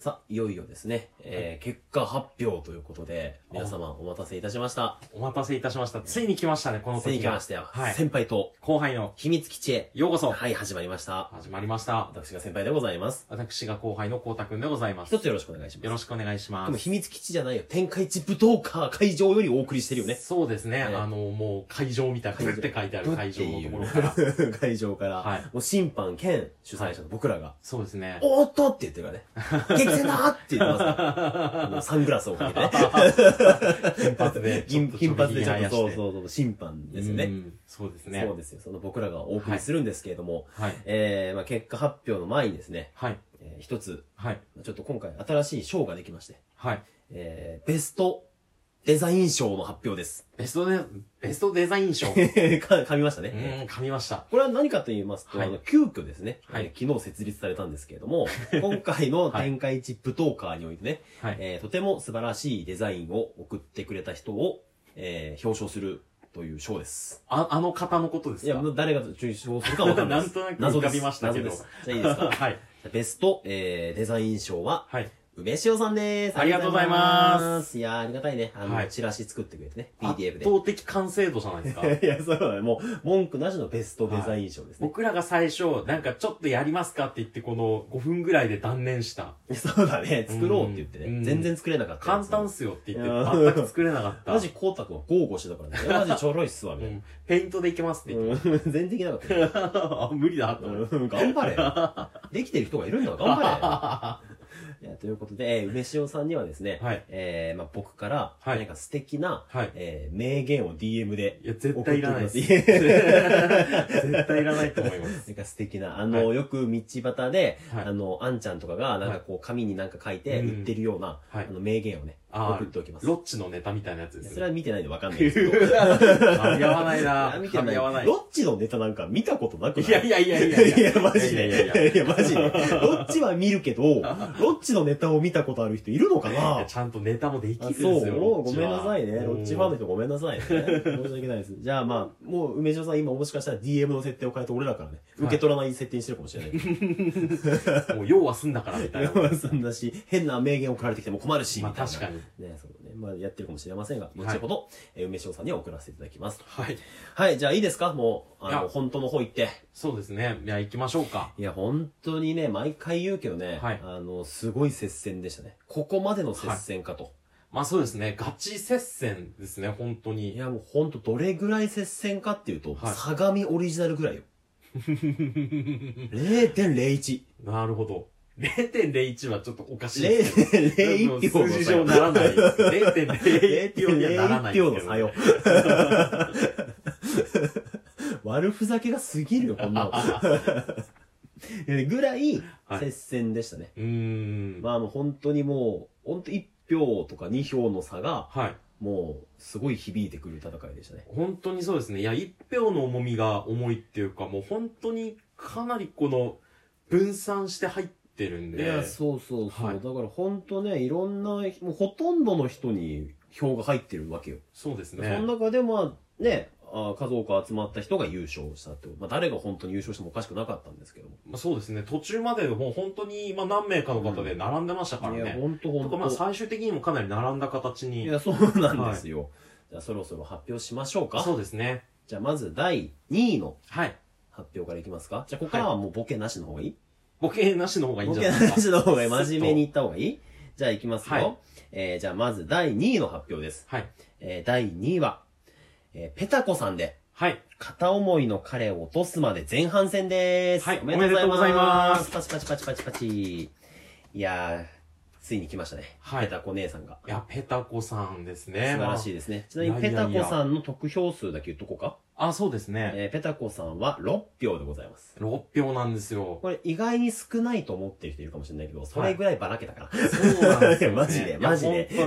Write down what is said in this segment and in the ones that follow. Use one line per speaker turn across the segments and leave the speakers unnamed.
さあ、いよいよですね、えー結果発表ということで、皆様お待たせいたしました。
お待たせいたしました。ついに来ましたね、この時が
ついに来ましたよ。
はい。
先輩と
後輩の、
秘密基地へ。
ようこそ、
はい、始まりました。
始まりました。
私が先輩でございます。
私が後輩の光太くんでございます。
一
よ
つよろしくお願いします。
ろしくお願いしま
でも
す。
秘密基地じゃないよ。天下一武闘家会場よりお送りしてるよね。
そうですね。
ええ
あの、もう会場みたいな、ブって書いてある会場のところから。
ら。 会場から。
はい
もう審判兼主催者の僕らが、
そうですね。
おーっとって言ってるからね。激戦だーって言って ますからあのサングラスをかけてね。
金髪で。
金金髪でちょっと、そう
う
そうそう、審判ですよ
ね
ね。。
そうですね
そう。ですよ。その僕らがお送りするんですけれども、
はい。
えー、まあ結果発表の前にですね、
はい。
えー一つ、
はい。
ちょっと今回新しい賞ができまして、
はい。
えー、ベストデザイン賞の発表です。
ベストデ、ベストデザイン賞。う
か噛みましたね。
ーん、噛みました。
これは何かと言いますと、
はい
あの急遽ですね、
はい
えー昨日設立されたんですけれども、今回の
はい
展開チップトーカーにおいてね、
はい。
えーとても素晴らしいデザインを送ってくれた人を、えー表彰するという賞です。
あ、あの方のことで
い
す
や、
か
もう誰が受賞するかわかんないです。
なんとなく
謎で
浮かび
す。
ましたけど
謎です。じゃあいいですか。
はい。
ベスト、えーデザイン賞は、
はい。
梅塩さんです。。
ありがとうございます
いやーありがたいね。あの、
はい
チラシ作ってくれてね、PDF
圧
で。
倒的完成度じゃないですか。
いや、そうだ ね。もう、文句なしのベストデザイン賞ですね。
僕らが最初、なんかちょっとやりますかって言って、この5分ぐらいで断念した。
そうだね。作ろうって言ってね。
うん
全然作れなかった。
簡単っ。すよって言っ
い
て、
や
全く作れなかった。
マジ光太くんは豪語してたからね。 いやマジちょろいっすわ、み
う
たいな。
んペイントでいけますって言って。
うん全然できなかったよ。
あ 無理だと思っ て。
うん頑張れ。できてる人がいるんだ、頑張 れ。いやということで、えー梅塩さんにはですね、
はい
えーまあ、僕から
はい
何か素敵な、
はい
えー名言を DM で
いや、絶対いらないです。
送っ
絶
ておき
対いらないと思います。
なんか素敵な、あの、よく道端で、
はい
あの、あんちゃんとかが、なんかこう、紙になんか書いて
うん
売ってるような、
はい
あの、名言をね、
あー
送っておきます。
ロッチのネタみたいなやつで
そ
す
れ
ね。
は見てないんでわかんないですけど。
噛み合わないな
見て
噛み合わない。
ロッチのネタなんか見たことなくない
いやいやいやいやいや
いや、マジで。
い
い
やいやいや
やいや、マジで。ロッチは見るけど、ロッチのネタを見たことある人いるのか
いや
な
ちゃんとネタもできる
あ
んです
そ
よ。
う、もうごめんなさいね。ロッチファンの
で。
人ごめんなさいね。申し訳ないです。じゃあまあ、もう梅城さん今もしかしたら DM の設定を変えて俺らからね、
はい
受け取らない設定にしてるかもしれない。
もう用は済んだからみた いな。
山田さんだし、変な名言送られてきても困るし、
まあ
みたいな
確かに。
ね、そうね。まあ、やってるかもしれませんが、後ほど、えー梅塩さんには送らせていただきます。
はい。
はい、じゃあいいですかもう、あ
い
の、
や
本当の方行って。
そうですね。いや、行きましょうか。
いや、本当にね、毎回言うけどね、
はい
あの、すごい接戦でしたね。ここまでの接戦かと。
まあそうですね。ガチ接戦ですね、本当
い、
に。
や、もう本当どれぐらい接戦かっていうと、
はい
相模オリジナルぐらい よ。0.01。
なるほど。0.01はちょっとおかしいですね。
0.01票の
数字
差
上
よ。
ならないです。0.01票にはならないで
票
す
の差
けどね、
よ。悪ふざけが過ぎるよ、こんなの。えぐらい
はい
接戦でしたね。
うーん。
まあもう本当にもう、本当1票とか2票の差が、
はい。
もうすごい響いてくる戦いでしたね。
本当にそうですね。いや、一票の重みが重いっていうか、もう本当にかなりこの、分散して入ってるん
いや、
で、
そうそうそう。
はい
だから本当ね、いろんな、もうほとんどの人に票が入ってるわけよ。
そうです
そ
ね。
の中でまあ、ね、あー数多く集まった人が優勝したってことまあ誰が本当に優勝してもおかしくなかったんですけども。
まあ、そうですね。途中までもう本当に、まあ何名かの方で並んでましたから
いや、
ね。
本当
とかま
本
あ
当。
最終的にもかなり並んだ形
い
に。
や、そうなんですよ。じゃあそろそろ発表しましょうか。
そうですね。
じゃあまず第2位の
はい。
発表からいきますか。じゃあここからはもうボケなしの方がいい
ボケなしの方がいいん
ボ
じ
ケ
ゃないで
な
す
し
か。
の方が真面目にいった方がいいじゃあいきますよ。
はい
えーじゃあまず第2位の発表です。
はい。
えー第2位は、えーペタコさんで、
はい。
片思いの彼を落とすまで前半戦です。
はいおめで
パチパチパチパチパチ。いやー、ついに来ましたね。
はい
ペタコ姉さんが。
いや、ペタコさんです
素
ね。
晴らしい
い。
ですね。ちなみに
いや
ペ
いや
タ
いや
コさんの得票数だけ言っとこうか。
あ、そうですね。
えーペタコさんは6票でございます。
6票なんですよ。
これ意外に少ないと思ってる人いるかもしれないけど、それぐらいばらけたから。
そうなんですよ、ね。
マジで
いや
マジで。
本当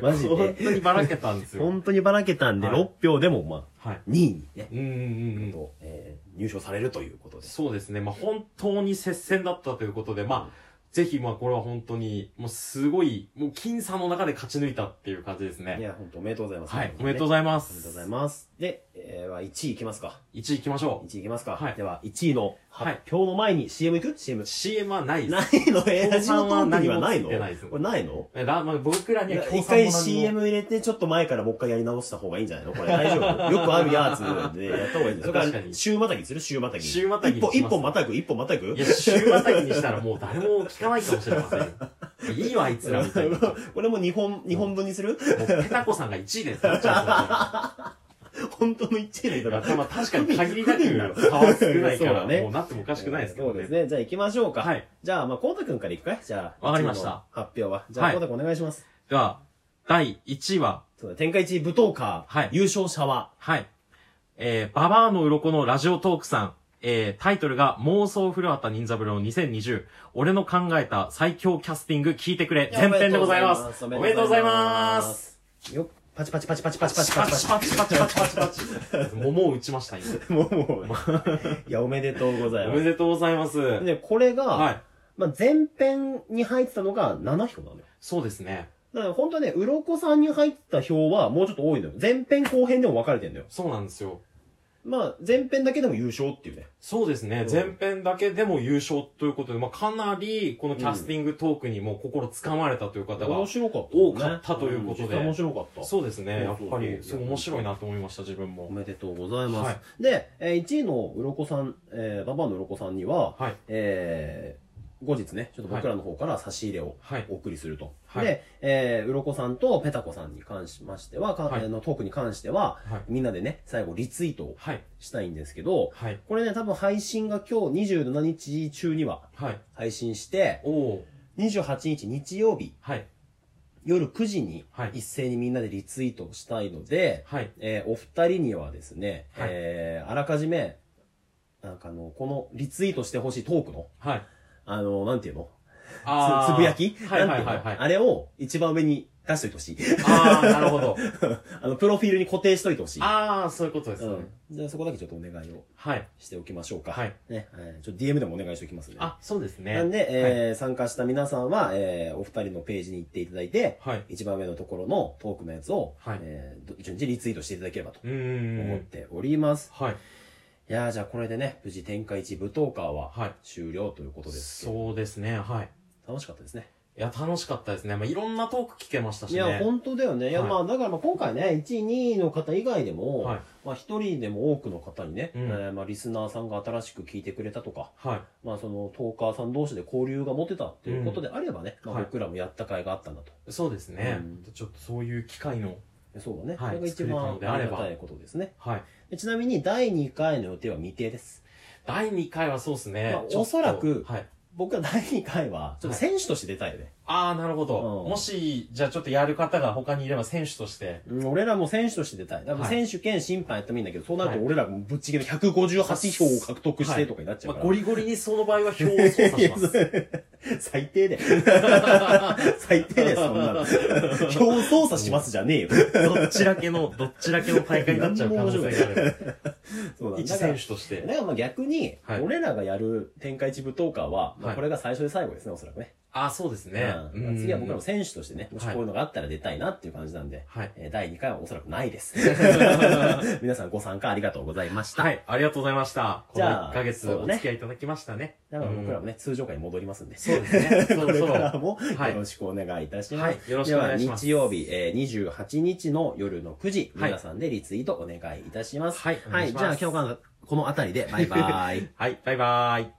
マジで
本当にばらけたんですよ。
本当にばらけたんで、
はい
6票でもまあ、
はい。
2位にね、
うんうんうん。
とえー入賞されるということです。
そうですね。まあ、本当に接戦だったということで、まあ、ぜひ、まあ、これは本当に、もうすごい、もう僅差の中で勝ち抜いたっていう感じです
い
ね。
や、本当おめでとうございます。
はい。おめでとうご
ざい
ざいま。
ますおめでとうございます。で、えーは1位いきますか。
1位いきましょ
1位いきますか。
はい
では、1位の
はい
発表の前に CM 行く ?CM
う。。CM はないで
な
す。
いのえ、ラジオトークにはないの
協賛は何もついてないです
これないの
えらまあ、僕らには
一回 CM 入れて、ちょっと前からもう一回やり直した方がいいんじゃないのこれ大丈 夫よくあるやつでやった方がいいんじゃない
確かに
週またぎする週またぎ。
週またぎ
一本、
し
一
ます
本またぐ一本またぐ
いや、週またぎにしたらもう誰も聞かないかもしれません。いいよ、あいつら、みたいな。もう、
俺も日本、日本分にする
ペタコさんが1位です。 ま
本当の1位だ
あ
から。
確かに限りなく差は少ない
そ
か
う
ら、
だね
もうなってもおかしくないですけ
そ
ど
うです
ね。
ね。じゃあ行きましょうか。
はい。
じゃあ、まあ、コウタくんから行くかいじゃあ。
わかりました。
発表は。じゃあ、
はい
コウタくんお願いします。
では、第1位は、
そうだ、天下一武闘家、
はい
優勝者は、
はい。えー、ババアの鱗のラジオトークさん。えー、タイトルが妄想古畑任三郎2020。俺の考えた最強キャスティング聞いてくれ。前編でございます。おめでとうございます。。
よっ、パチパチパチパチパチ
パ
パ
チ
チ
パ
パ
チ
チ
パチパチパチパチパチ。桃を打ちました、今。
もう、もう、いや、おめでとうござい
お
ま
めでとうございます。
す。で、これが、
はい。
まあ、前編に入ってたのが7票なのよ。
そうですね。
だから本当はね、うろこさんに入った票はもうちょっと多いのよ。前編後編でも分かれてんのよ。
そうなんですよ。
まあ、前編だけでも優勝っていうね。
そうですね
う。ん
前編だけでも優勝ということで、まあ、かなり、このキャスティングトークにも心つかまれたという方が
面、白かった、
多かったということ
ん
で
実際面白かった。
そうですね。やっ
そうそ
ぱ
う
り、すごい面白いなと思いました、自分
お
も。
めでとうございます。
は
で、えー、1位のうろこさん、えー、ババアのうろこさんには、
はい
えー後日ね、ちょっと僕らの方から差し入れを
はい。
お送りすると。
はい
で、えー、うろこさんとペタコさんに関しましては、か
はい
あのトークに関しては、
はい。
みんなでね、最後リツイートを
はい。
したいんですけど、
はい。
これね、多分配信が今日27日中には
はい。
配信して、
おおー
28日日曜日
はい。
夜9時に
はい
一斉にみんなでリツイートをしたいので、
はい。
えーお二人にはですね、
はい
えーあらかじめ、なんかあの、このリツイートしてほしいトークの、
はい。
あの、なんていうの
ー
つつぶやき
はいは
な
い
ん
は
て
い
うの
はい。
あれを一番上に出しといてほしい。
ああ、なるほど。
あの、プロフィールに固定しといてほしい。
ああ、そういうことです
う
ね。
ん。じゃあそこだけちょっとお願いを
はい。
しておきましょうか。
はい。
ね、えーちょっと DM でもお願いしておきますね。
あ、そうです
な
ね
ん。で、えー参加した皆さんは、えーお二人のページに行っていただいて、
はい。
一番上のところのトークのやつを、
はい
えーど順次リツイートしていただければと
うー
思っ
ん。
ております。
はい。
いやーじゃあこれでね、無事天下一舞踏家は
はい。
終了ということですけど、
そうですね。はい。
楽しかったですね。
いや、楽しかったですね。まあ、いろんなトーク聞けましたし
い
ね。
や、本当だよね。いや、
はい
まあ、だからまあ今回ね、1位、2位の方以外でも、
はい
まあ一人でも多くの方にね、
うん
えーまあリスナーさんが新しく聞いてくれたとか、
はい。
まあそのトーカーさん同士で交流が持てたっていうことであればね、
うん
ま
は
あ
い
僕らもやった甲斐があったんだと。
そうですね、
う
ちょっとそういう機会の。
そうだね。
は
こ
い
れが一番ありがたいことですね。
はい。
でちなみに第2回の予定は未定です。
第2回はそうですね。
まあ
ちょっと
おそらく
はい。
僕は第2回は、ちょっと選手として出たいよね。
ああ、なるほど。
うん
もし、じゃあちょっとやる方が他にいれば選手として。
うん俺らも選手として出たい。だから
はい
選手兼審判やってもいいんだけど、そうなる
は
と
い
俺らもぶっちぎり158票を獲得してとかになっちゃ
ま
う
あ、
から。
ゴリゴリにその場合は票を操作し ます。
最低で。最低で、そんなの。票を操作しますじゃねえよ。
どっちだけの、どっちだけの大会になっちゃう可能性がある。
そうなん
一
だから
選手とし
だ
て。
からまあ逆に
はい、
俺らがやる天下一武闘家は、ま
は
あ
い
これが最初で最後ですね、おそらくね。
ああ、そうですね。
うんまあ次は僕ら
も
も。選手としてね、もしこういうのがあったら出たいなっていう感じなんで、
はい。
えー第2回はおそらくないです。 皆さんご参加ありがとうございました。
はい、ありがとうございました。こ
じ
の
ゃあ
1ヶ月
そうだ
お
ね
付き合いいただきましたね。
だから僕ら
うん
もね、通常回に戻りますんで。
そうです ね。そ
こ
ろ
れ
そ
から
ろ。
も
はい
よろしくお願いいたします。
はいよろしくお願いします
では日曜日、えー、28日の夜の9時、
はい
皆さんでリツイートお願いいたします。
はいお
は
願い
い、じ
します
ゃあ今日からこの辺りでバイバイ。
はい、バイバーイ。